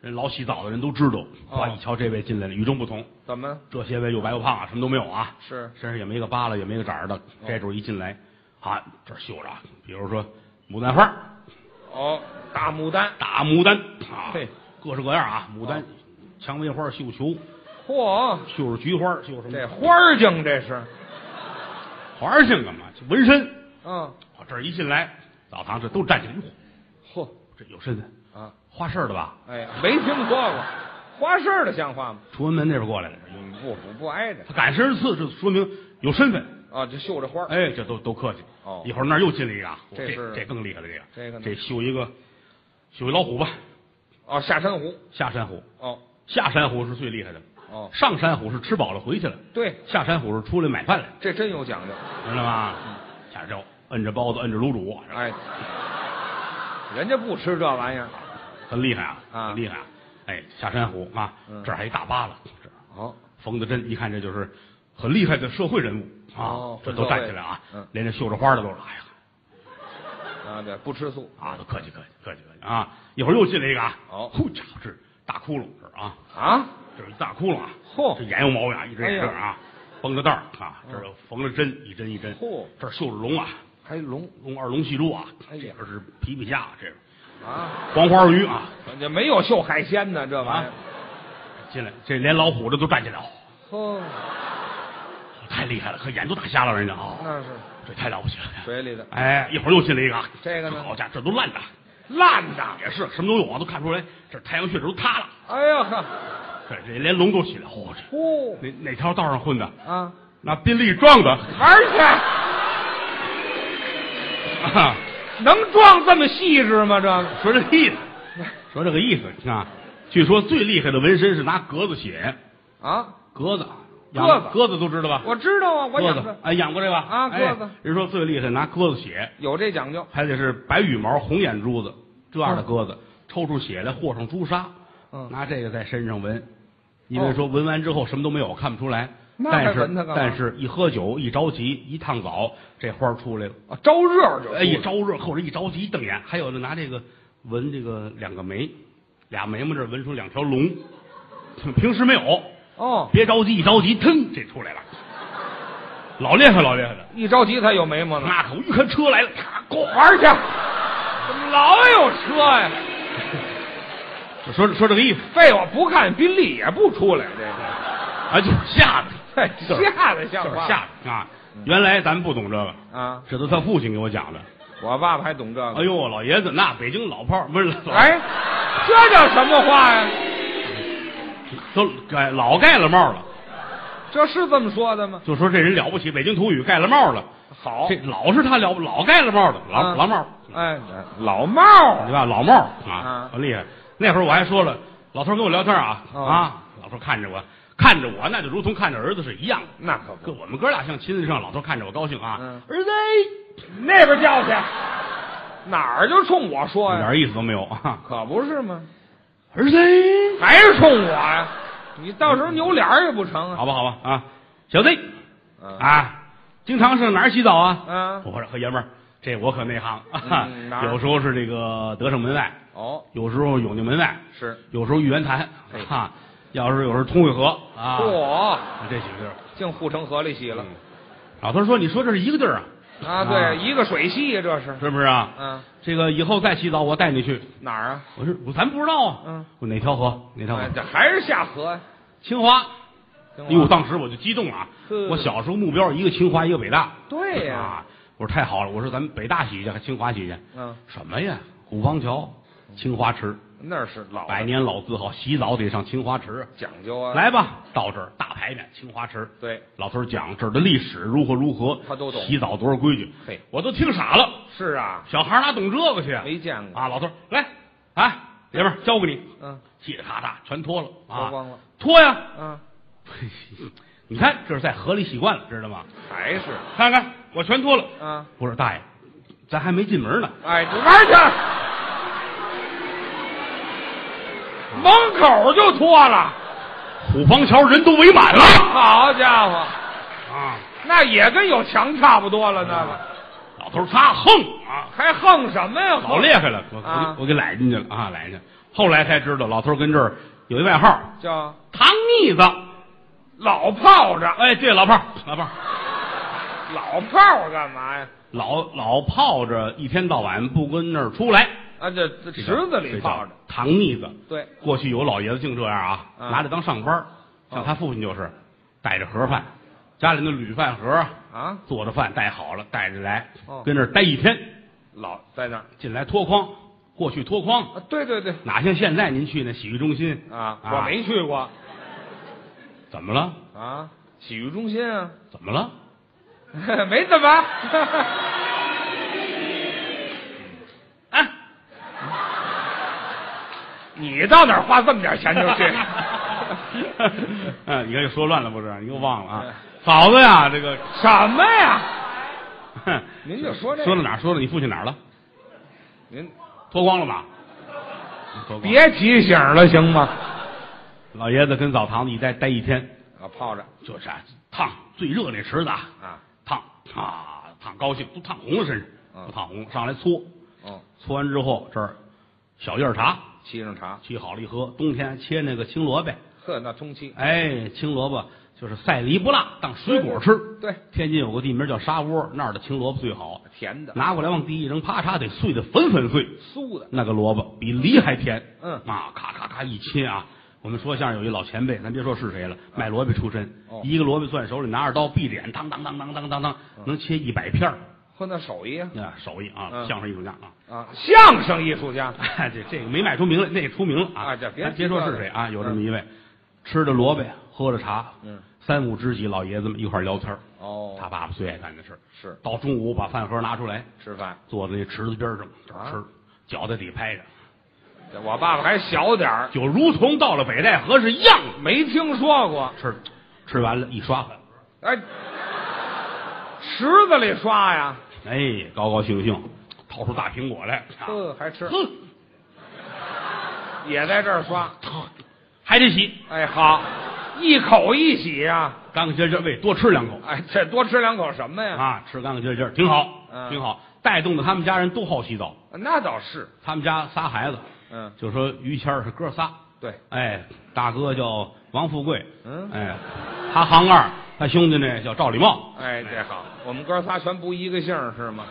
[SPEAKER 1] 人老洗澡的人都知道，
[SPEAKER 2] 哦
[SPEAKER 1] 哇，一瞧这位进来了，与众不同。
[SPEAKER 2] 怎么
[SPEAKER 1] 这些位又白又胖啊，什么都没有啊，
[SPEAKER 2] 是？
[SPEAKER 1] 身上也没个疤了，也没个褶儿
[SPEAKER 2] 哦
[SPEAKER 1] 的。这主一进来，啊，这儿绣着啊，比如说牡丹花儿，
[SPEAKER 2] 哦，大牡丹，
[SPEAKER 1] 大牡丹啊
[SPEAKER 2] 嘿，
[SPEAKER 1] 各式各样啊，牡丹
[SPEAKER 2] 哦、
[SPEAKER 1] 蔷薇花、绣球、
[SPEAKER 2] 嚯，
[SPEAKER 1] 绣着菊花、绣什
[SPEAKER 2] 这
[SPEAKER 1] 么
[SPEAKER 2] 花儿精这是，
[SPEAKER 1] 花儿性干嘛？这纹身，
[SPEAKER 2] 嗯，
[SPEAKER 1] 往这儿一进来，澡堂这都站起来，哟，
[SPEAKER 2] 嚯
[SPEAKER 1] 这有身份，
[SPEAKER 2] 啊，
[SPEAKER 1] 花市的吧？
[SPEAKER 2] 哎呀，没听说过，花市儿的像话吗？
[SPEAKER 1] 崇文门那边过来的，
[SPEAKER 2] 嗯，不不不挨着
[SPEAKER 1] 他敢身而刺，这说明有身份。
[SPEAKER 2] 啊，就绣着花儿。
[SPEAKER 1] 哎，这都都客气。
[SPEAKER 2] 哦
[SPEAKER 1] 一会儿那儿又进了一个啊，我
[SPEAKER 2] 这
[SPEAKER 1] 这
[SPEAKER 2] 是
[SPEAKER 1] 这更厉害了，这个
[SPEAKER 2] 这个呢
[SPEAKER 1] 这绣一个，绣一老虎吧，
[SPEAKER 2] 哦，下山湖，
[SPEAKER 1] 下山虎，
[SPEAKER 2] 哦
[SPEAKER 1] 下山虎是最厉害的，
[SPEAKER 2] 哦，
[SPEAKER 1] 上山虎是吃饱了回去了，
[SPEAKER 2] 对，
[SPEAKER 1] 下山虎是出来买饭来。
[SPEAKER 2] 这真有讲究。
[SPEAKER 1] 知道吗？下周摁着包子，摁着卤煮，
[SPEAKER 2] 嗯哎，人家不吃这玩意儿。
[SPEAKER 1] 很厉害啊，
[SPEAKER 2] 啊
[SPEAKER 1] 很厉害啊！哎，下山虎啊
[SPEAKER 2] 嗯，
[SPEAKER 1] 这儿还一大疤了，这儿
[SPEAKER 2] 哦，
[SPEAKER 1] 缝的针，一看这就是很厉害的社会人物啊
[SPEAKER 2] 哦，
[SPEAKER 1] 这都站起来啊
[SPEAKER 2] 社会嗯，
[SPEAKER 1] 连这绣着花的都是，哎呀
[SPEAKER 2] 啊，对，不吃素
[SPEAKER 1] 啊，都客气客气客气客气啊！一会儿又进来一个啊，
[SPEAKER 2] 哦
[SPEAKER 1] 呼家伙，这是大窟窿这儿啊，
[SPEAKER 2] 啊。
[SPEAKER 1] 这是一大窟窿啊，
[SPEAKER 2] 嚯
[SPEAKER 1] 这眼有毛病啊，一直
[SPEAKER 2] 哎
[SPEAKER 1] 也
[SPEAKER 2] 呀
[SPEAKER 1] 这儿啊，绷着带儿啊，这儿
[SPEAKER 2] 嗯
[SPEAKER 1] 缝了针，一针一针，
[SPEAKER 2] 嚯
[SPEAKER 1] 这儿绣着龙啊，
[SPEAKER 2] 还龙
[SPEAKER 1] 龙二龙戏珠啊，
[SPEAKER 2] 哎
[SPEAKER 1] 这
[SPEAKER 2] 呀
[SPEAKER 1] 边是皮皮虾，这边
[SPEAKER 2] 啊，
[SPEAKER 1] 黄花鱼啊，
[SPEAKER 2] 这没有秀海鲜的这玩意儿。
[SPEAKER 1] 进来，这连老虎的都站起来了，
[SPEAKER 2] 哦，
[SPEAKER 1] 太厉害了，可眼都打瞎了，人家啊，
[SPEAKER 2] 那是
[SPEAKER 1] 这太了不起了。
[SPEAKER 2] 水里的
[SPEAKER 1] 哎，一会儿又进来一个，
[SPEAKER 2] 这个呢
[SPEAKER 1] 好家伙，这都烂的，
[SPEAKER 2] 烂的。
[SPEAKER 1] 也是什么都有啊，都看不出来。这太阳穴这都塌了，
[SPEAKER 2] 嗯哎呀呵，
[SPEAKER 1] 这这连龙都起来，嚯、这
[SPEAKER 2] 呼
[SPEAKER 1] 哪哪条道上混的？
[SPEAKER 2] 啊，
[SPEAKER 1] 拿宾利撞的，
[SPEAKER 2] 而
[SPEAKER 1] 啊，
[SPEAKER 2] 且能装这么细致吗？这个
[SPEAKER 1] 说这个意思，说这个意思啊。据说最厉害的纹身是拿格子写，
[SPEAKER 2] 啊，
[SPEAKER 1] 格子，
[SPEAKER 2] 鸽子
[SPEAKER 1] 鸽子都知道吧？
[SPEAKER 2] 我知道啊，我
[SPEAKER 1] 鸽
[SPEAKER 2] 养
[SPEAKER 1] 子
[SPEAKER 2] 着，
[SPEAKER 1] 哎，养过这个
[SPEAKER 2] 啊鸽子
[SPEAKER 1] 哎人说最厉害拿鸽子血，
[SPEAKER 2] 有这讲究。
[SPEAKER 1] 还得是白羽毛、红眼珠子这样的鸽子，抽出血来和上朱砂，
[SPEAKER 2] 嗯，哦
[SPEAKER 1] 拿这个在身上纹。因为说纹完之后什么都没有，看不出来。
[SPEAKER 2] 那还
[SPEAKER 1] 但是
[SPEAKER 2] 纹它干嘛
[SPEAKER 1] 但是，一喝酒、一着急、一烫澡，这花儿出来了。
[SPEAKER 2] 啊，招热就出来
[SPEAKER 1] 哎，一招热或者一着急一瞪眼，还有的拿这个纹这个两个眉，俩眉毛这儿纹出两条龙，平时没有。
[SPEAKER 2] 哦，
[SPEAKER 1] 别着急，一着急，腾，这出来了，老厉害，老厉害了。
[SPEAKER 2] 一着急他有眉毛了。
[SPEAKER 1] 那可不，一看车来了，咔，咣，
[SPEAKER 2] 玩去，怎么老有车呀？
[SPEAKER 1] 就说说这个意思
[SPEAKER 2] 废话，不看宾利也不出来，这
[SPEAKER 1] 啊，就是吓的，
[SPEAKER 2] 个嘿哎吓得像
[SPEAKER 1] 就是
[SPEAKER 2] 话
[SPEAKER 1] 吓的啊！原来咱不懂这个，
[SPEAKER 2] 啊！
[SPEAKER 1] 这都他父亲给我讲的。
[SPEAKER 2] 我爸爸还懂这
[SPEAKER 1] 哎
[SPEAKER 2] 个，
[SPEAKER 1] 呦，老爷子，那北京老炮儿不是老
[SPEAKER 2] 哎，这叫什么话呀？
[SPEAKER 1] 都盖老盖了帽了，
[SPEAKER 2] 这是这么说的吗？
[SPEAKER 1] 就说这人了不起，北京土语盖了帽了，
[SPEAKER 2] 好
[SPEAKER 1] 这，老是他了不老盖了帽了，老、
[SPEAKER 2] 啊
[SPEAKER 1] 老帽，
[SPEAKER 2] 哎，老帽儿
[SPEAKER 1] 对吧？老帽啊
[SPEAKER 2] 啊，
[SPEAKER 1] 很厉害。那会儿我还说了，老头儿跟我聊天啊、
[SPEAKER 2] 哦
[SPEAKER 1] 啊，老头儿看着我，看着我，那就如同看着儿子是一样的。
[SPEAKER 2] 那可
[SPEAKER 1] 哥，，我们哥俩像亲子上，老头儿看着我高兴啊，
[SPEAKER 2] 嗯
[SPEAKER 1] 儿子，
[SPEAKER 2] 那边叫去，哪儿就冲我说
[SPEAKER 1] 一
[SPEAKER 2] 呀？
[SPEAKER 1] 点意思都没有啊。
[SPEAKER 2] 可不是吗？
[SPEAKER 1] 儿子，
[SPEAKER 2] 还是冲我呀？你到时候扭脸儿也不成啊！
[SPEAKER 1] 好吧好吧啊，小子
[SPEAKER 2] 嗯，
[SPEAKER 1] 啊，经常上哪儿洗澡啊？
[SPEAKER 2] 嗯
[SPEAKER 1] 我说和爷们儿，这我可内行
[SPEAKER 2] 嗯哪儿
[SPEAKER 1] 有时候是这个德胜门外，
[SPEAKER 2] 哦，
[SPEAKER 1] 有时候永定门外，
[SPEAKER 2] 是，
[SPEAKER 1] 有时候玉渊潭
[SPEAKER 2] 哎，
[SPEAKER 1] 哈，要是有时候通惠河啊，
[SPEAKER 2] 嚯，
[SPEAKER 1] 这几个地儿。
[SPEAKER 2] 净护城河里洗了
[SPEAKER 1] 嗯老头说：“你说这是一个地儿啊，
[SPEAKER 2] 啊！对，一个水系呀，这是，
[SPEAKER 1] 是不是啊？
[SPEAKER 2] 嗯，
[SPEAKER 1] 这个以后再洗澡，我带你去。
[SPEAKER 2] 哪儿啊？
[SPEAKER 1] 我说我咱不知道啊，
[SPEAKER 2] 嗯，
[SPEAKER 1] 我哪条河？哪条河
[SPEAKER 2] 哎？这还是下河呀？
[SPEAKER 1] 清华。
[SPEAKER 2] 跟
[SPEAKER 1] 哎
[SPEAKER 2] 我
[SPEAKER 1] 呦，当时我就激动了啊
[SPEAKER 2] 呵！
[SPEAKER 1] 我小时候目标一个清华，一个北大。
[SPEAKER 2] 对呀，
[SPEAKER 1] 啊，我说太好了，我说咱们北大洗去，还清华洗去。
[SPEAKER 2] 嗯，
[SPEAKER 1] 什么呀？虎坊桥、清华池，
[SPEAKER 2] 那是老
[SPEAKER 1] 百年老字号，洗澡得上清华池。
[SPEAKER 2] 讲究啊。，
[SPEAKER 1] 来吧，到这儿大排面清华池。
[SPEAKER 2] 对，
[SPEAKER 1] 老头儿讲这儿的历史如何如何，
[SPEAKER 2] 他都懂
[SPEAKER 1] 洗澡多少规矩，
[SPEAKER 2] 嘿，
[SPEAKER 1] 我都听傻了。
[SPEAKER 2] 是啊，
[SPEAKER 1] 小孩儿哪懂这个去啊？
[SPEAKER 2] 没见过，
[SPEAKER 1] 啊，老头儿来，啊，爷们儿交给你，
[SPEAKER 2] 嗯，
[SPEAKER 1] 嘁哩咔嚓全脱了
[SPEAKER 2] 脱
[SPEAKER 1] 啊，
[SPEAKER 2] 光了，
[SPEAKER 1] 脱呀！
[SPEAKER 2] 嗯，
[SPEAKER 1] 你看这是在河里洗惯了，知道吗？
[SPEAKER 2] 还是，
[SPEAKER 1] 看看我全脱了。
[SPEAKER 2] 嗯，
[SPEAKER 1] 不是大爷，咱还没进门呢。
[SPEAKER 2] 哎，这玩意去。门口就脱了，
[SPEAKER 1] 虎坊桥人都围满了
[SPEAKER 2] 好家伙，
[SPEAKER 1] 啊！
[SPEAKER 2] 那也跟有墙差不多了，那个
[SPEAKER 1] 老头儿他横啊，
[SPEAKER 2] 还横什么呀？
[SPEAKER 1] 嗯老厉害了，我
[SPEAKER 2] 啊
[SPEAKER 1] 我给我给揽进去了啊，揽进去。后来才知道，老头儿跟这儿有一外号
[SPEAKER 2] 叫
[SPEAKER 1] “糖腻子”。
[SPEAKER 2] 老炮着，
[SPEAKER 1] 哎，对，老炮儿，老炮儿，
[SPEAKER 2] 老炮干嘛呀？
[SPEAKER 1] 老老泡着，一天到晚不跟那儿出来，
[SPEAKER 2] 啊，这这
[SPEAKER 1] 这
[SPEAKER 2] 池
[SPEAKER 1] 叫
[SPEAKER 2] 子里泡
[SPEAKER 1] 这
[SPEAKER 2] 着，，
[SPEAKER 1] 叫糖腻子。
[SPEAKER 2] 对，
[SPEAKER 1] 过去有老爷子净这样啊，
[SPEAKER 2] 嗯
[SPEAKER 1] 拿着当上班儿，像
[SPEAKER 2] 啊
[SPEAKER 1] 他父亲就是，带着盒饭，家里那铝饭盒啊
[SPEAKER 2] 啊，
[SPEAKER 1] 做着饭带好了，带着来
[SPEAKER 2] 哦，
[SPEAKER 1] 跟那儿待一天，
[SPEAKER 2] 老在那儿
[SPEAKER 1] 进来脱筐，过去脱筐，
[SPEAKER 2] 啊，对对对，
[SPEAKER 1] 哪像现在您去那洗浴中心
[SPEAKER 2] 啊，我没去过
[SPEAKER 1] 怎么了？
[SPEAKER 2] 啊，洗浴中心啊，
[SPEAKER 1] 怎么了？
[SPEAKER 2] 没 怎么，
[SPEAKER 1] 哎，
[SPEAKER 2] 啊你到哪儿花这么 点 钱就 去？啊
[SPEAKER 1] 嗯，你看又说乱了不是？你又忘了
[SPEAKER 2] 嗯
[SPEAKER 1] 啊？嫂子呀，这个，
[SPEAKER 2] 什么呀？
[SPEAKER 1] 哼
[SPEAKER 2] 您就说这个
[SPEAKER 1] 说到哪儿？说到你父亲哪儿了？
[SPEAKER 2] 您
[SPEAKER 1] 脱光了吧？脱光。
[SPEAKER 2] 别提醒了行吗？
[SPEAKER 1] 老爷子跟澡堂子一待待一天，
[SPEAKER 2] 啊，泡着
[SPEAKER 1] 就是啊，烫最热那池子啊，
[SPEAKER 2] 啊，
[SPEAKER 1] 烫啊烫高兴，都烫红了身上，
[SPEAKER 2] 嗯
[SPEAKER 1] 都烫红了，上来搓，
[SPEAKER 2] 哦，
[SPEAKER 1] 搓完之后这儿小叶儿茶
[SPEAKER 2] 沏上茶，
[SPEAKER 1] 沏好了，一喝，冬天切那个青萝卜，
[SPEAKER 2] 呵，那通气，
[SPEAKER 1] 哎，青萝卜就是赛梨不辣，当水果吃。
[SPEAKER 2] 对，
[SPEAKER 1] 天津有个地名叫沙窝，那儿的青萝卜最好，
[SPEAKER 2] 甜的，
[SPEAKER 1] 拿过来往地一扔，啪嚓得碎得粉粉碎。
[SPEAKER 2] 酥的，
[SPEAKER 1] 那个萝卜比梨还甜。
[SPEAKER 2] 嗯
[SPEAKER 1] 啊，咔咔咔一切啊！我们说相声有一老前辈，咱别说是谁了，卖萝卜出身，
[SPEAKER 2] 嗯哦
[SPEAKER 1] 一个萝卜攥手里，拿着刀闭着眼，当当当当当当当，
[SPEAKER 2] 嗯
[SPEAKER 1] 能切一百片儿，
[SPEAKER 2] 呵，那手艺啊
[SPEAKER 1] 啊，手艺啊，
[SPEAKER 2] 嗯
[SPEAKER 1] 相声艺术家啊。
[SPEAKER 2] 啊，相声艺术家，
[SPEAKER 1] 哎这这个没卖出名来，那个出名了
[SPEAKER 2] 啊这别
[SPEAKER 1] 咱别说是谁啊，有这么一位，吃着萝卜呀，喝着茶，
[SPEAKER 2] 嗯，
[SPEAKER 1] 三五知己老爷子们一块儿聊天儿
[SPEAKER 2] 哦
[SPEAKER 1] 他爸爸最爱干的事儿
[SPEAKER 2] 是
[SPEAKER 1] 到中午把饭盒拿出来，
[SPEAKER 2] 吃饭，
[SPEAKER 1] 坐在那池子边上这儿
[SPEAKER 2] 啊
[SPEAKER 1] 吃，脚在底拍着，
[SPEAKER 2] 这我爸爸还小点儿，
[SPEAKER 1] 就如同到了北戴河是一样的。
[SPEAKER 2] 没听说过。
[SPEAKER 1] 吃，吃完了，一刷碗，
[SPEAKER 2] 哎，池子里刷呀，
[SPEAKER 1] 哎，高高兴兴掏出大苹果来，啊
[SPEAKER 2] 呵，还吃，
[SPEAKER 1] 哼，
[SPEAKER 2] 也在这儿刷。
[SPEAKER 1] 还得洗，
[SPEAKER 2] 哎，好，一口一洗呀、
[SPEAKER 1] 干干净净喂，多吃两口
[SPEAKER 2] 哎，这多吃两口什么哎呀？
[SPEAKER 1] 啊，吃干干净净挺好，
[SPEAKER 2] 嗯
[SPEAKER 1] 挺好，带动的他们家人都好洗澡。
[SPEAKER 2] 那倒是，
[SPEAKER 1] 他们家仨孩子，
[SPEAKER 2] 嗯，
[SPEAKER 1] 就说于谦儿是哥仨，
[SPEAKER 2] 对，
[SPEAKER 1] 哎，大哥叫王富贵，
[SPEAKER 2] 嗯
[SPEAKER 1] 哎，他行二，他兄弟呢叫赵礼茂。
[SPEAKER 2] 哎，这好，我们哥仨全不一个姓儿是吗？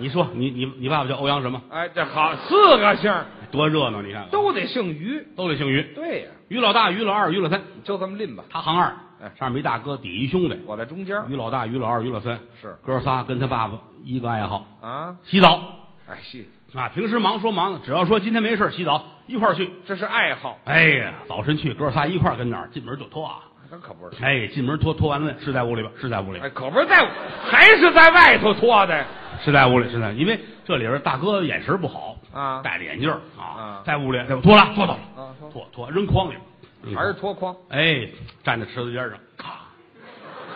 [SPEAKER 1] 你说你你你爸爸叫欧阳什么？
[SPEAKER 2] 哎，这好，四个姓儿
[SPEAKER 1] 多热闹！你看
[SPEAKER 2] 都得姓于。
[SPEAKER 1] 都得姓于，
[SPEAKER 2] 对呀、
[SPEAKER 1] 于老大、于老二、于老三，
[SPEAKER 2] 就这么拎吧。
[SPEAKER 1] 他行二
[SPEAKER 2] 哎，
[SPEAKER 1] 上面一大哥，底一兄弟，
[SPEAKER 2] 我在中间儿
[SPEAKER 1] 于老大、于老二、于老三
[SPEAKER 2] 是
[SPEAKER 1] 哥仨跟他爸爸一个爱好，
[SPEAKER 2] 啊，
[SPEAKER 1] 洗澡
[SPEAKER 2] 哎，是，
[SPEAKER 1] 啊。平时忙说忙的，只要说今天没事儿洗澡，一块儿去。
[SPEAKER 2] 这是爱好，
[SPEAKER 1] 哎呀，早晨去，哥仨一块儿跟那儿进门就脱啊。
[SPEAKER 2] 那可不是。
[SPEAKER 1] 哎，进门脱脱完了是在屋里边，是在屋里边
[SPEAKER 2] 哎，，可不是在，还是在外头脱的呀。
[SPEAKER 1] 是在屋里，是在，因为这里边大哥眼神不好
[SPEAKER 2] 啊
[SPEAKER 1] 戴着眼镜儿啊
[SPEAKER 2] 啊，
[SPEAKER 1] 在屋里对吧？脱了，脱到了，
[SPEAKER 2] 啊，
[SPEAKER 1] 脱脱扔筐里边，
[SPEAKER 2] 还是脱筐，
[SPEAKER 1] 哎，站在池子边上，咔，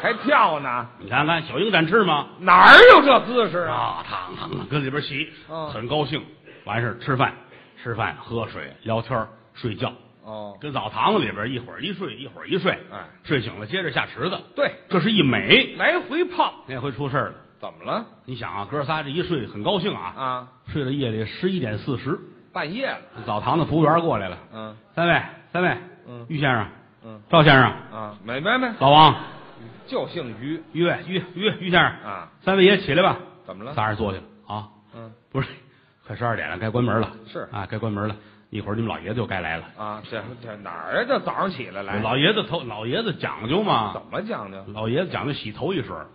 [SPEAKER 2] 还跳呢？
[SPEAKER 1] 你看看小鹰展翅嘛，
[SPEAKER 2] 哪儿有这姿势啊？
[SPEAKER 1] 啊，躺躺躺跟里边洗
[SPEAKER 2] 嗯，
[SPEAKER 1] 很高兴。完事儿吃饭，吃饭喝水聊天儿睡觉，
[SPEAKER 2] 哦，
[SPEAKER 1] 跟澡堂子里边一会儿一睡一会儿一睡，
[SPEAKER 2] 哎
[SPEAKER 1] 睡醒了接着下池子，
[SPEAKER 2] 对，
[SPEAKER 1] 这是一美。
[SPEAKER 2] 来回泡，
[SPEAKER 1] 那回出事儿了，
[SPEAKER 2] 怎么了？
[SPEAKER 1] 你想啊，哥仨这一睡很高兴啊，
[SPEAKER 2] 啊，
[SPEAKER 1] 睡到夜里十一点四十，
[SPEAKER 2] 半夜了，
[SPEAKER 1] 澡堂子服务员过来了，
[SPEAKER 2] 嗯
[SPEAKER 1] 三位三位，
[SPEAKER 2] 嗯
[SPEAKER 1] 于先生、
[SPEAKER 2] 嗯
[SPEAKER 1] 赵先生、
[SPEAKER 2] 啊，没没没，
[SPEAKER 1] 老王、
[SPEAKER 2] 就姓于
[SPEAKER 1] 于于于于先生，
[SPEAKER 2] 啊，
[SPEAKER 1] 三位爷起来吧，
[SPEAKER 2] 怎么了？
[SPEAKER 1] 仨人坐下了啊，
[SPEAKER 2] 嗯
[SPEAKER 1] 不是，快十二点了，该关门了，
[SPEAKER 2] 是
[SPEAKER 1] 啊，该关门了，一会儿你们老爷子就该来了。
[SPEAKER 2] 啊，这这哪儿啊？这早上起来来，啊
[SPEAKER 1] 老爷子头，老爷子讲究嘛
[SPEAKER 2] 怎，么讲究？
[SPEAKER 1] 老爷子讲究洗头一水儿，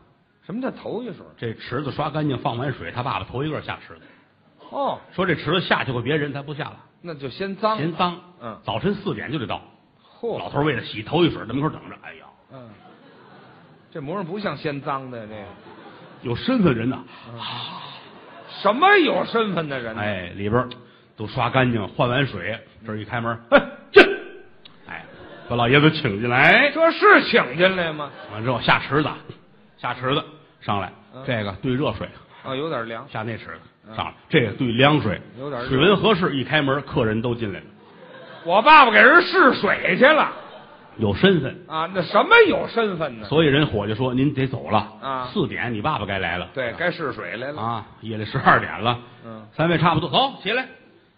[SPEAKER 2] 什么叫头一水？
[SPEAKER 1] 这池子刷干净，放完水，他爸爸头一个下池子。
[SPEAKER 2] 哦，
[SPEAKER 1] 说这池子下去过别人，他不下了，
[SPEAKER 2] 那就嫌脏，
[SPEAKER 1] 嫌脏。
[SPEAKER 2] 嗯
[SPEAKER 1] 早晨四点就得到。
[SPEAKER 2] 嚯，
[SPEAKER 1] 老头儿为了洗头一水儿，在门口等着。哎呀，
[SPEAKER 2] 嗯，这模样不像嫌脏的，这个
[SPEAKER 1] 有身份人呐！
[SPEAKER 2] 嗯什么有身份的人呢？
[SPEAKER 1] 哎，里边儿都刷干净，换完水，
[SPEAKER 2] 嗯
[SPEAKER 1] 这儿一开门，哎，进，哎，把老爷子请进来。
[SPEAKER 2] 哎这是请进来吗？
[SPEAKER 1] 完之后下池子，下池子上来
[SPEAKER 2] 嗯，
[SPEAKER 1] 这个兑热水，
[SPEAKER 2] 啊，有点凉，
[SPEAKER 1] 下那池子上来，这个兑凉水，
[SPEAKER 2] 有点热
[SPEAKER 1] 水温合适，一开门客人都进来了，
[SPEAKER 2] 我爸爸给人试水去了
[SPEAKER 1] 有身份。
[SPEAKER 2] 啊，那什么有身份呢？
[SPEAKER 1] 所以人伙计说：“您得走了
[SPEAKER 2] 啊
[SPEAKER 1] 四点你爸爸该来了。”
[SPEAKER 2] 对该试水来了。
[SPEAKER 1] 啊，夜里十二点了，
[SPEAKER 2] 嗯，
[SPEAKER 1] 三位差不多走起来。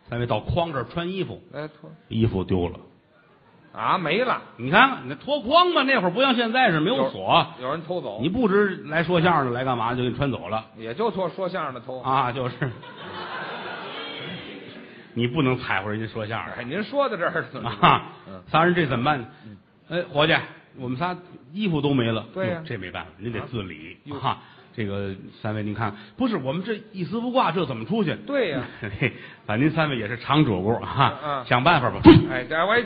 [SPEAKER 1] 三位到筐这儿穿衣服，
[SPEAKER 2] 来哎脱
[SPEAKER 1] 衣服丢了。
[SPEAKER 2] 啊，没了，
[SPEAKER 1] 你看看，你脱筐吧，那会儿不像现在是没有锁，
[SPEAKER 2] 有人偷走，
[SPEAKER 1] 你不知来说相声的来干嘛就给你穿走了
[SPEAKER 2] 也就说说相声的偷。
[SPEAKER 1] 啊，就是。 你不能踩回人家说相声
[SPEAKER 2] 哎，您说到这儿怎么着？
[SPEAKER 1] 啊
[SPEAKER 2] 嗯！
[SPEAKER 1] 仨人这怎么办？哎，伙计，我们仨衣服都没了。
[SPEAKER 2] 对呀
[SPEAKER 1] 哟这没办法，您得自理
[SPEAKER 2] 啊哟
[SPEAKER 1] 哈、这个三位您看，不是我们这一丝不挂，这怎么出去？
[SPEAKER 2] 对呀
[SPEAKER 1] 嘿， 反正您三位也是常主顾哈、
[SPEAKER 2] 嗯嗯
[SPEAKER 1] 想办法吧。
[SPEAKER 2] 哎，这我也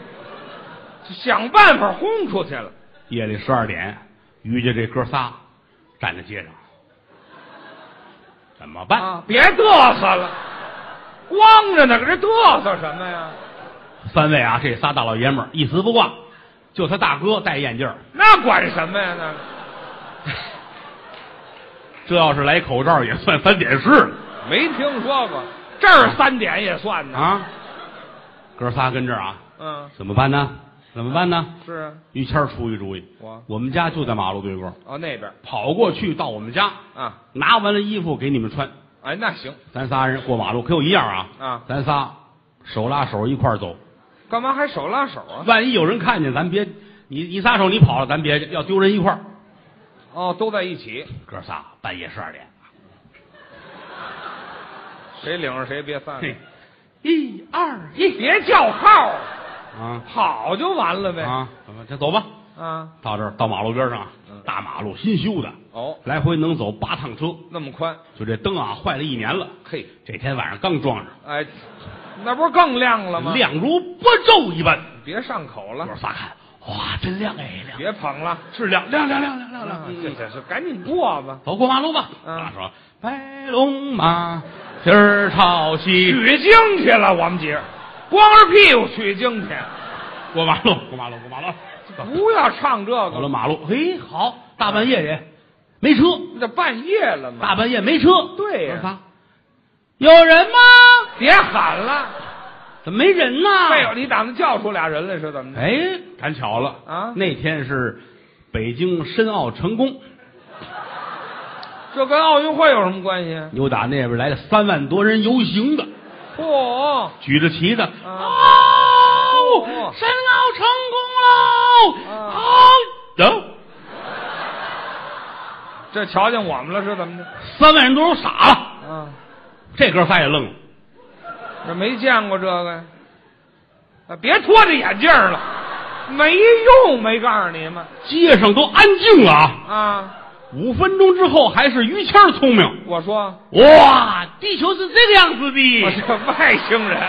[SPEAKER 2] 想办法轰出去了。
[SPEAKER 1] 夜里十二点，于家这哥仨站在街上，怎么办？
[SPEAKER 2] 啊，别嘚瑟了，光着呢，搁这嘚瑟什么呀？
[SPEAKER 1] 三位啊，这仨大老爷们儿一丝不挂，就他大哥戴眼镜儿
[SPEAKER 2] 那管什么呀？那
[SPEAKER 1] 这要是来口罩也算三点式了。
[SPEAKER 2] 没听说过，这儿三点也算呢。
[SPEAKER 1] 啊，哥仨跟这儿啊，
[SPEAKER 2] 嗯，
[SPEAKER 1] 怎么办呢？怎么办呢？
[SPEAKER 2] 是啊
[SPEAKER 1] 于谦儿出一主意，
[SPEAKER 2] 我
[SPEAKER 1] 我们家就在马路对过，
[SPEAKER 2] 哦那边
[SPEAKER 1] 跑过去到我们家，
[SPEAKER 2] 啊，
[SPEAKER 1] 拿完了衣服给你们穿。
[SPEAKER 2] 哎那行，
[SPEAKER 1] 咱仨人过马路，可有一样啊，
[SPEAKER 2] 啊
[SPEAKER 1] 咱仨手拉手一块儿走，
[SPEAKER 2] 干嘛还手拉手啊？
[SPEAKER 1] 万一有人看见，咱别你你撒手你跑了，咱别要丢人一块儿。
[SPEAKER 2] 哦，都在一起，
[SPEAKER 1] 哥仨半夜十二点，
[SPEAKER 2] 谁领着谁别散开
[SPEAKER 1] 嘿。，一二
[SPEAKER 2] 你别叫号，
[SPEAKER 1] 啊
[SPEAKER 2] 跑就完了呗。
[SPEAKER 1] 啊，怎么这走吧？
[SPEAKER 2] 啊，
[SPEAKER 1] 到这儿到马路边上啊
[SPEAKER 2] 嗯，
[SPEAKER 1] 大马路新修的，
[SPEAKER 2] 哦，
[SPEAKER 1] 来回能走八趟车。
[SPEAKER 2] 那么宽，
[SPEAKER 1] 就这灯啊，坏了一年了。
[SPEAKER 2] 嘿，
[SPEAKER 1] 这天晚上刚装上，
[SPEAKER 2] 哎，那不是更亮了吗？，
[SPEAKER 1] 亮如白昼一般。
[SPEAKER 2] 别上口
[SPEAKER 1] 我
[SPEAKER 2] 了
[SPEAKER 1] 说，仨看，哇，真亮哎，亮
[SPEAKER 2] 别捧了，
[SPEAKER 1] 是亮亮亮亮亮亮亮
[SPEAKER 2] 啊
[SPEAKER 1] 嗯。
[SPEAKER 2] 这这是赶紧过吧。
[SPEAKER 1] 走过马路吧。
[SPEAKER 2] 嗯
[SPEAKER 1] 啊，说白龙马，蹄儿朝 西。
[SPEAKER 2] 取经去了，我们姐，光着屁股取经去，
[SPEAKER 1] 过马路，过马路，过马路。走
[SPEAKER 2] 不要唱这
[SPEAKER 1] 走
[SPEAKER 2] 个
[SPEAKER 1] 了
[SPEAKER 2] 了，
[SPEAKER 1] 马路，嘿，好，大半夜也没车，
[SPEAKER 2] 这半夜了嘛，
[SPEAKER 1] 大半夜没车。
[SPEAKER 2] 对呀
[SPEAKER 1] 我说仨有人吗？
[SPEAKER 2] 别喊了，
[SPEAKER 1] 怎么没人呢？
[SPEAKER 2] 没有，你打算叫出俩人来是怎么的？
[SPEAKER 1] 哎，赶巧了
[SPEAKER 2] 啊
[SPEAKER 1] 那天是北京申奥成功，
[SPEAKER 2] 这跟奥运会有什么关系？
[SPEAKER 1] 又打那边来了三万多人游行的，
[SPEAKER 2] 嚯、
[SPEAKER 1] 举着旗的，
[SPEAKER 2] 啊
[SPEAKER 1] 哦，
[SPEAKER 2] 哦
[SPEAKER 1] 申奥成功喽！
[SPEAKER 2] 啊
[SPEAKER 1] 好、走，
[SPEAKER 2] 这瞧见我们了是怎么的？
[SPEAKER 1] 三万人都傻了，
[SPEAKER 2] 啊，
[SPEAKER 1] 这哥仨也愣了，
[SPEAKER 2] 这没见过这个呀，啊，别脱着眼镜儿了，没用，没告诉你们
[SPEAKER 1] 街上都安静了啊！
[SPEAKER 2] 啊！
[SPEAKER 1] 五分钟之后，还是于谦儿聪明，
[SPEAKER 2] 我说
[SPEAKER 1] 啊哇，地球是这个样子
[SPEAKER 2] 我
[SPEAKER 1] 的，
[SPEAKER 2] 是外星人，